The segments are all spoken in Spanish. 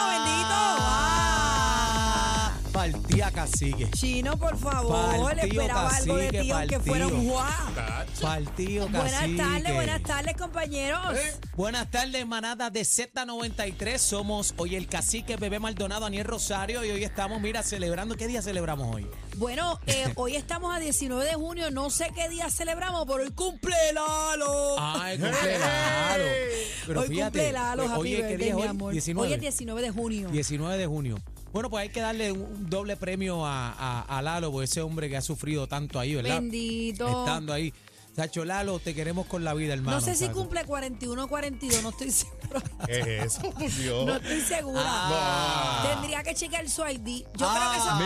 Ah, el tía cacique. Chino, por favor, Partido esperaba algo de ti, cacique, aunque fuera un partido. guá. Partido Buenas cacique. tardes, buenas tardes, compañeros. Buenas tardes, manada de Z93. Somos hoy el cacique Bebé Maldonado, Aniel Rosario. Y hoy estamos, mira, celebrando. ¿Qué día celebramos hoy? Bueno, eh, hoy estamos a 19 de junio, no sé qué día celebramos, pero hoy cumple Lalo. ¡Ay, cumple Lalo! Ah, Pero hoy cumple fíjate, Lalo, pues, happy oye, ¿qué birthday, día es mi hoy? amor. 19. Hoy es 19 de junio. 19 de junio. Bueno, pues hay que darle un- un doble premio a, a- a Lalo, por ese hombre que ha sufrido tanto ahí, ¿verdad? Bendito. Estando ahí. Sacho Lalo, te queremos con la vida, hermano. no sé si Sacho. cumple 41 o 42, no estoy segura. ¿Qué es eso, por Dios? No estoy segura. Ah. Tendría que chequear su ID. Yo, Ah. creo, que son,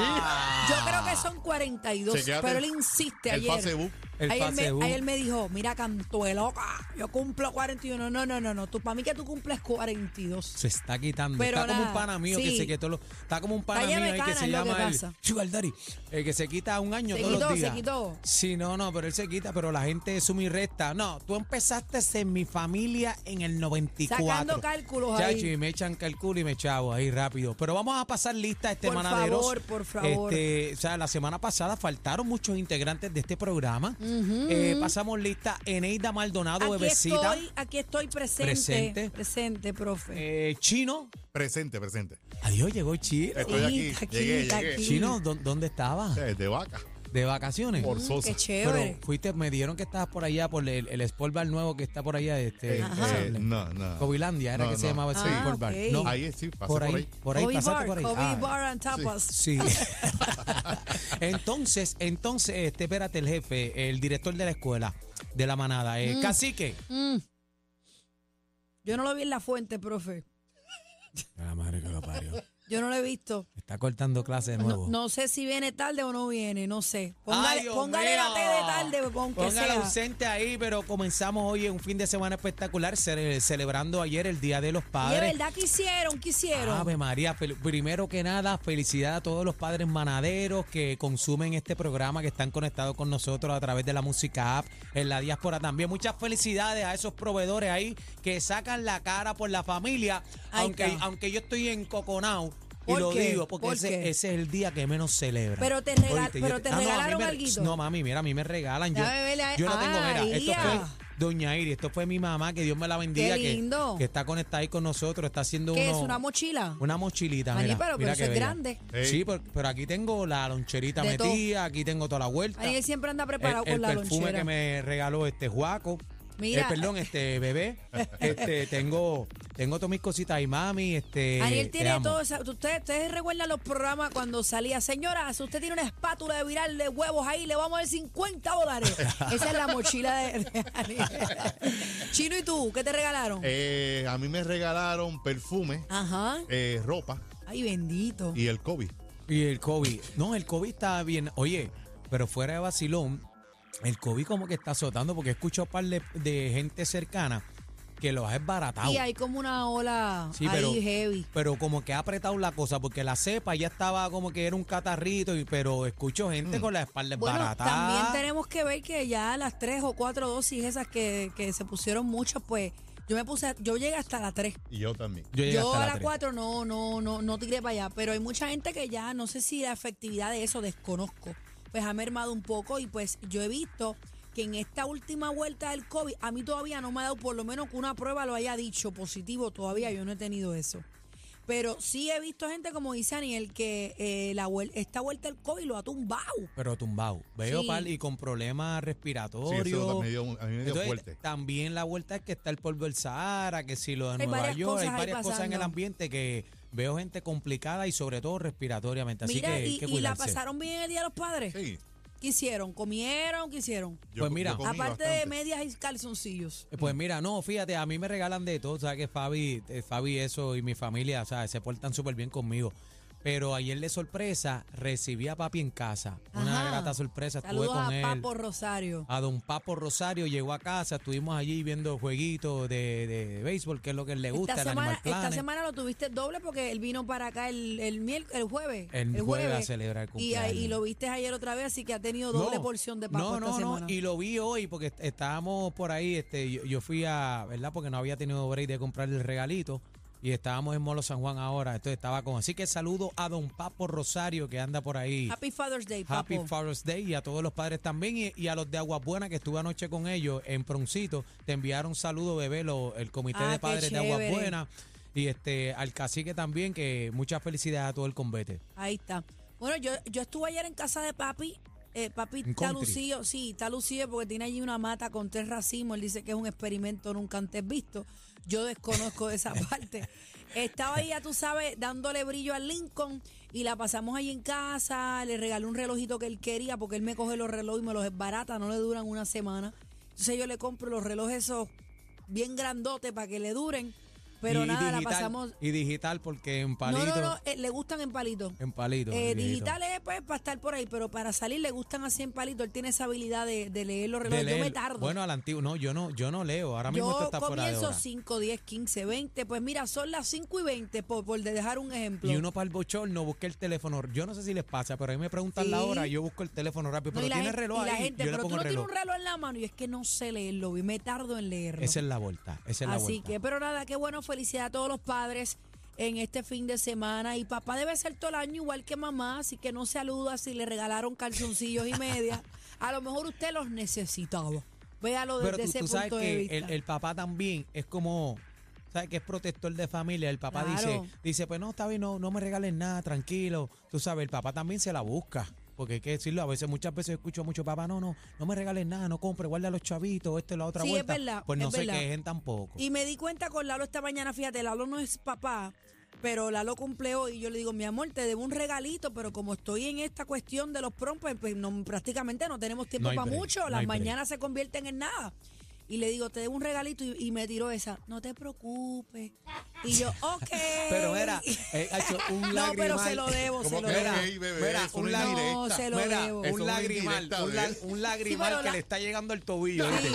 yo creo que son 42, Chequéate pero él insiste el ayer. Facebook. El ayer, Facebook. me, ayer me dijo, mira, cantué loca, yo cumplo 41. No, no, no, no, tú para mí que tú cumples 42. Se está quitando. Pero está como nada, un pana mío que sí. se quitó. los- está como un pana Talla mío ahí mecana que se es lo que llama el pasa. Sugar Daddy, El que se quita un año Se todos quitó, los se días. quitó. Sí, no, no, pero él se quita. Pero la gente es sumi recta. No, tú empezaste en mi familia en el 94. Sacando cálculos ahí. Chacho, y me echan cálculo y me chavo ahí rápido. Pero vamos a pasar lista este Por manadero. favor, por favor. Este, o sea, la semana pasada faltaron muchos integrantes de este programa. Eh, pasamos lista Eneida Maldonado, Aquí bebecita. estoy, aquí estoy presente. Presente. presente, profe. Eh, Chino. Presente, presente. Adiós, llegó Chino. Estoy aquí. Está aquí, Llegué, está llegué. aquí. Chino, ¿dó- ¿dónde estabas? Eh, De vaca. ¿De vacaciones? Por Mm, qué Sosa. chévere. Pero fuiste, me dieron que estabas por allá, por el, el Sport Bar nuevo que está por allá. Este, Eh, Ajá. eh, no, no. Covilandia, era No, que se no. llamaba ese Ah, Sport Bar. ok. No, Ahí sí, pasé por ahí, por ahí, Kobe Bar, pasaste por ahí. Kobe Ah, Bar and Tapas. Sí. entonces, entonces, este, espérate, el jefe, el director de la escuela de la manada, eh, Cacique. Mm. Yo no lo vi en la fuente, profe. La madre que lo parió. Yo no lo he visto. Está cortando clase de No, nuevo. no sé si viene tarde o no viene, no sé. Póngale, Ay, Dios póngale la mío. T de tarde, aunque Póngala sea. ausente ahí, pero comenzamos hoy en un fin de semana espectacular, cele- celebrando ayer el Día de los Padres. Y es verdad que hicieron, que hicieron. Ave María, fel- primero que nada, felicidad a todos los padres manaderos que consumen este programa, que están conectados con nosotros a través de la música app, en la diáspora también. Muchas felicidades a esos proveedores ahí que sacan la cara por la familia, Ahí aunque, está. aunque yo estoy en Coconao. Y ¿Por lo qué? digo, porque ¿Por ese, qué? ese es el día que menos celebra. Pero te regal- pero te ah, no, a mí regalaron me- alguito. No, mami, mira, a mí me regalan. Yo, Déjame verle a- yo no tengo, mira, Ay, esto ya. fue Doña Iris, esto fue mi mamá, que Dios me la bendiga, que- lindo. Que, está conectada ahí con nosotros, está haciendo ¿Qué es? unos- ¿Una mochila? una mochilita, Maní, mira. pero- mira pero qué eso es bella. grande. Ey. Sí, pero, pero aquí tengo la loncherita De todo. metida, aquí tengo toda la vuelta. Ahí él siempre anda preparado el, con el la perfume lonchera. que me regaló este Juaco. Mira. Eh, perdón, este bebé. Este, tengo, tengo todas mis cositas ahí, mami. Este, Ariel te tiene amo. todo. esa- Ustedes, ustedes recuerdan los programas cuando salía, señora, si usted tiene una espátula de viral de huevos ahí, le vamos a dar 50 dólares. Esa es la mochila de, de Ariel. Chino, ¿y tú? ¿Qué te regalaron? Eh, a mí me regalaron perfume, Ajá. eh, ropa Ay, bendito. y el COVID. Y el COVID. No, el COVID está bien. Oye, pero fuera de vacilón, el COVID como que está azotando porque he escuchado un par de, de gente cercana que los ha esbaratado. Y hay como una ola Sí, ahí pero- heavy. pero como que ha apretado la cosa porque la cepa ya estaba como que era un catarrito y pero escucho gente con la espalda Mm. Bueno, barata también tenemos que ver que ya las tres o cuatro dosis esas que, que se pusieron muchas, pues yo me puse, yo llegué hasta la tres. Y yo también. yo llegué Yo hasta a la las tres. cuatro no, no, no, no tiré para allá, pero hay mucha gente que ya, no sé si la efectividad de eso desconozco, pues ha mermado un poco y pues yo he visto que en esta última vuelta del COVID a mí todavía no me ha dado por lo menos que una prueba lo haya dicho positivo, todavía yo no he tenido eso. Pero sí he visto gente como dice Aniel que eh, la, vuel- esta vuelta del COVID lo ha tumbado. pero tumbado veo Sí. pal y con problemas Sí, respiratorios eso me dio, a mí me dio Entonces, fuerte. también la vuelta es que está el polvo del Sahara que si lo de Hay Nueva varias York hay cosas ahí varias cosas en el pasando. ambiente que veo gente complicada y sobre todo respiratoriamente así Mira, que hay y, que y la cuidarse pasaron bien el Día de los Padres. Sí. ¿Qué hicieron? ¿Comieron? ¿Qué hicieron? yo- eh, Pues mira. yo comí Aparte de bastante. medias y calzoncillos. Eh, Pues mira, no, fíjate, a mí me regalan de todo, ¿sabes? Que Fabi, eh, Fabi eso y mi familia, o sea, se portan súper bien conmigo. Pero ayer de sorpresa recibí a papi en casa. Una Ajá. grata sorpresa, estuve Saludos con a él. Papo Rosario. A don Papo Rosario llegó a casa, estuvimos allí viendo jueguitos de, de béisbol, que es lo que él le gusta, esta, el Animal semana, esta Planet. semana lo tuviste doble porque él vino para acá el, el, miel- el jueves. El jueves a celebrar el Y, cumpleaños. y lo viste ayer otra vez, así que ha tenido doble porción de papo no, esta no, semana. No, y lo vi hoy porque est- estábamos por ahí, este, yo, yo fui a, ¿verdad? Porque no había tenido break de comprar el regalito. y estábamos en Molo San Juan ahora, entonces estaba con. Así que saludo a don Papo Rosario que anda por ahí. Happy Father's Day, papo. Happy Father's Day y a todos los padres también y, y a los de Aguas Buenas que estuve anoche con ellos en Proncito. Te enviaron saludos, bebé, lo- el comité Ah, de qué padres de Aguas chévere. Buenas y este al cacique también que muchas felicidades a todo el combate. Ahí está. Bueno, yo, yo estuve ayer en casa de papi. Eh, papi En está country. lucido, sí, está lucido porque tiene allí una mata con tres racimos. Él dice que es un experimento nunca antes visto. Yo desconozco esa parte. Estaba ahí, ya tú sabes, dándole brillo al Lincoln y la pasamos allí en casa. Le regalé un relojito que él quería porque él me coge los relojes y me los esbarata, no le duran una semana. Entonces yo le compro los relojes esos bien grandotes para que le duren. Pero Y- y nada, la digital- pasamos. Y digital porque en No, palito. no, no, eh, le gustan en palito. En palito. Eh, en palito. digital es pues, para estar por ahí, pero para salir le gustan así en palito. Él tiene esa habilidad de, de leer los De relojes. Yo me leer. tardo. Bueno, al antiguo. No, yo no, yo no leo. Ahora mismo esto yo está fuera de comienzo hora. 5, 10, 15, 20. Pues mira, son las 5 y 20, por, por de dejar un ejemplo. Y uno para el bochorno busca el teléfono. Yo no sé si les pasa, pero a mí me preguntan la Sí. hora y yo busco el teléfono rápido. No, Pero y la tiene gente- reloj y la ahí. gente, yo le pero pongo tú no el tienes reloj. un reloj en la mano y es que no sé leerlo, y me tardo en leerlo. Esa es la vuelta. Esa es la Así vuelta. que, pero nada, qué bueno, felicidad a todos los padres en este fin de semana. Y papá debe ser todo el año igual que mamá, así que no se aluda si le regalaron calzoncillos y media. A lo mejor usted los necesitaba. Véalo desde Pero tú, ese tú sabes punto de que vista. el, el papá también es como, ¿sabes? Que es protector de familia. El papá Claro. dice, dice, pues no, está bien, no, no me regales nada, tranquilo. Tú sabes, el papá también se la busca. Porque hay que decirlo, a veces, muchas veces escucho mucho, papá, no, no, no me regales nada, no compre, guarda los chavitos, esto, la otra Sí, es vuelta. verdad, pues no es se verdad. quejen tampoco. Y me di cuenta con Lalo esta mañana, fíjate, Lalo no es papá, pero Lalo cumple hoy. Y yo le digo, mi amor, te debo un regalito, pero como estoy en esta cuestión de los prom, pues, pues, no- prácticamente no tenemos tiempo No hay para break, mucho. no Las hay break. mañanas se convierten en nada. Y le digo, te debo un regalito y, y me tiró esa, no te preocupes. Y yo, ok. Pero era, eh, ha hecho un No, pero se lagrimal. lo debo, se ¿Cómo lo que, debo. ey, bebé, Mira, eso un no es la- directa. No, se lo Mira, debo. Eso es un una lagrimal, indirecta, un, la- ¿ves? un lagrimal pero que la- le está llegando al tobillo. ¿viste?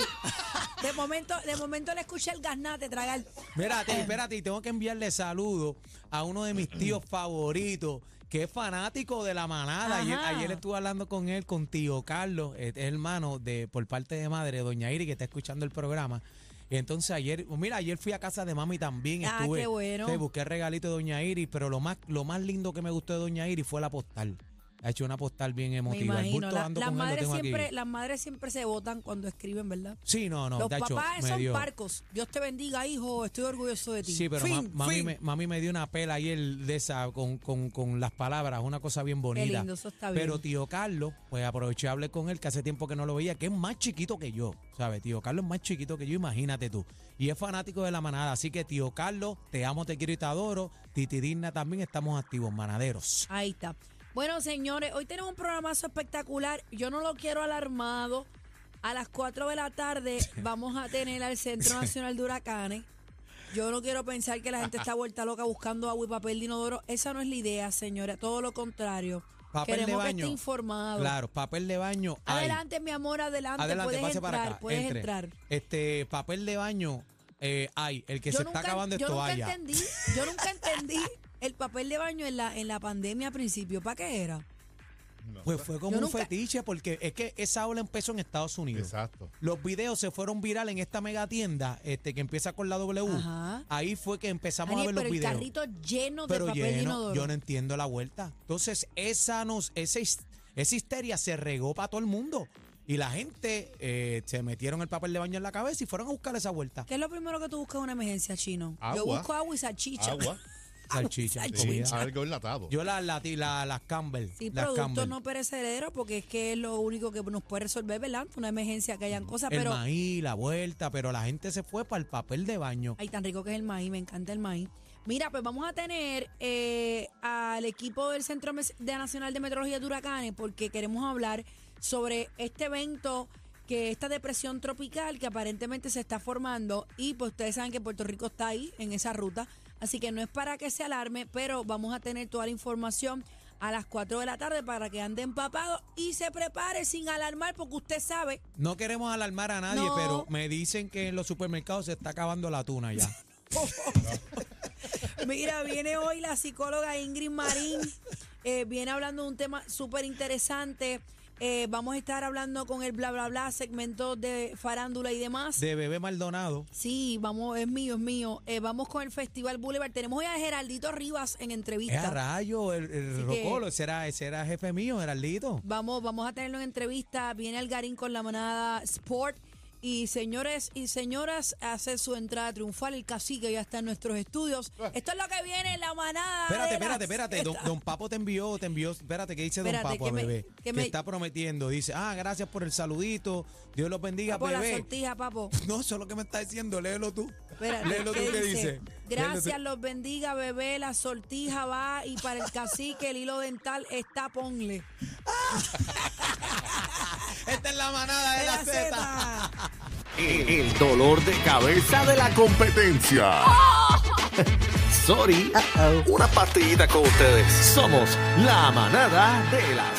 De momento, de momento le escuché el gasnate tragar. Este, Espérate, espérate, y tengo que enviarle saludos a uno de mis tíos favoritos, que es fanático de la manada. Ayer, Ajá. ayer estuve hablando con él, con tío Carlos, es es hermano de por parte de madre, doña Iri, que está escuchando el programa. Y entonces ayer, oh, mira, ayer fui a casa de mami también, Ah, estuve, qué bueno. te busqué el regalito de doña Iris, pero lo más, lo más lindo que me gustó de doña Iris fue la postal. Ha hecho una postal bien Me emotiva. El imagino. bulto la- ando las, con él, lo madres tengo aquí. siempre, las madres siempre se votan cuando escriben, ¿verdad? Sí, no, no, Los de hecho, papás me son dio. parcos. Dios te bendiga, hijo. Estoy orgulloso de ti. Sí, pero ma- Fin, mami, fin. me, mami me dio una pela ayer de esa con, con, con las palabras, una cosa bien bonita. lindo, eso está bien. Pero tío Carlos, pues aproveché hablé con él que hace tiempo que no lo veía, que es más chiquito que yo, ¿sabes? Tío Carlos es más chiquito que yo, imagínate tú. Y es fanático de la manada, así que tío Carlos, te amo, te quiero y te adoro. Titi Digna también estamos activos, manaderos. Ahí está. Bueno, señores, hoy tenemos un programazo espectacular. Yo no lo quiero alarmado. A las 4 de la tarde vamos a tener al Centro Nacional de Huracanes. Yo no quiero pensar que la gente está vuelta loca buscando agua y papel de inodoro. Esa no es la idea, señora. Todo lo contrario. Papel de Queremos que baño. esté informado. Claro, papel de baño. hay. Adelante, mi amor, adelante. Adelante, puedes pase entrar, para acá. puedes entre. entrar. Este papel de baño eh, hay, el que se está acabando es yo nunca toalla. entendí, yo nunca entendí el papel de baño en la, en la pandemia al principio. ¿Para qué era? No. Pues fue como Yo un nunca- fetiche porque es que esa ola empezó en Estados Unidos. Exacto. Los videos se fueron viral en esta mega tienda este, que empieza con la W. Ajá. Ahí fue que empezamos Daniel, a ver pero los el videos. carrito lleno de pero papel de lleno, inodoro. yo no entiendo la vuelta. Entonces, esa, nos, esa, his- esa histeria se regó para todo el mundo. Y la gente eh, se metieron el papel de baño en la cabeza y fueron a buscar esa vuelta. ¿Qué es lo primero que tú buscas en una emergencia, Chino? Yo Agua. busco agua y salchicha. Agua. Salchicha, sí, comida. algo enlatado. Yo las la, la- las Campbell. Sí, las productos Campbell. no perecederos porque es que es lo único que nos puede resolver, ¿verdad? Una emergencia que hayan cosas, el pero... maíz, la vuelta, pero la gente se fue para el papel de baño. Ay, tan rico que es el maíz, me encanta el maíz. Mira, pues vamos a tener eh, al equipo del Centro Mes- de Nacional de Meteorología de Huracanes porque queremos hablar sobre este evento, que esta depresión tropical que aparentemente se está formando y pues ustedes saben que Puerto Rico está ahí en esa ruta, así que no es para que se alarme, pero vamos a tener toda la información a las 4 de la tarde para que ande empapado y se prepare sin alarmar porque usted sabe No queremos alarmar a nadie, No. pero me dicen que en los supermercados se está acabando la tuna ya. Mira, viene hoy la psicóloga Ingrid Marín, eh, viene hablando de un tema súper interesante. Eh, vamos a estar hablando con el bla bla bla, segmento de farándula y demás. de Bebé Maldonado. Sí, vamos, es mío, es mío. Eh, vamos con el Festival Boulevard. Tenemos hoy a Geraldito Rivas en Es a entrevista. rayo, el, el Así que- Rocolo, ese era, ese era jefe mío, Geraldito. Vamos, vamos a tenerlo en entrevista. Viene Algarín con la manada Sport. Y señores y señoras, hace su entrada triunfal. El cacique ya está en nuestros estudios. Esto es lo que viene, la manada. Ah. Espérate, de las- espérate, espérate. Don, don Papo te envió, te envió. Espérate, ¿qué dice Espérate, Don Papo que a me- bebé? que Que, me- está prometiendo. Dice, ah, gracias por el saludito. Dios los bendiga, Papo, la bebé. sortija, papo. No, eso es lo que me está diciendo, léelo tú. Espérate, léelo tú, ¿qué dice? Gracias, Léelo los bendiga, bebé. La sortija va y para el cacique el hilo dental está, ponle. tú. Esta es la manada de la Z. Zeta. El, el dolor de cabeza de la competencia. Sorry. Una partidita con ustedes. Somos la manada de la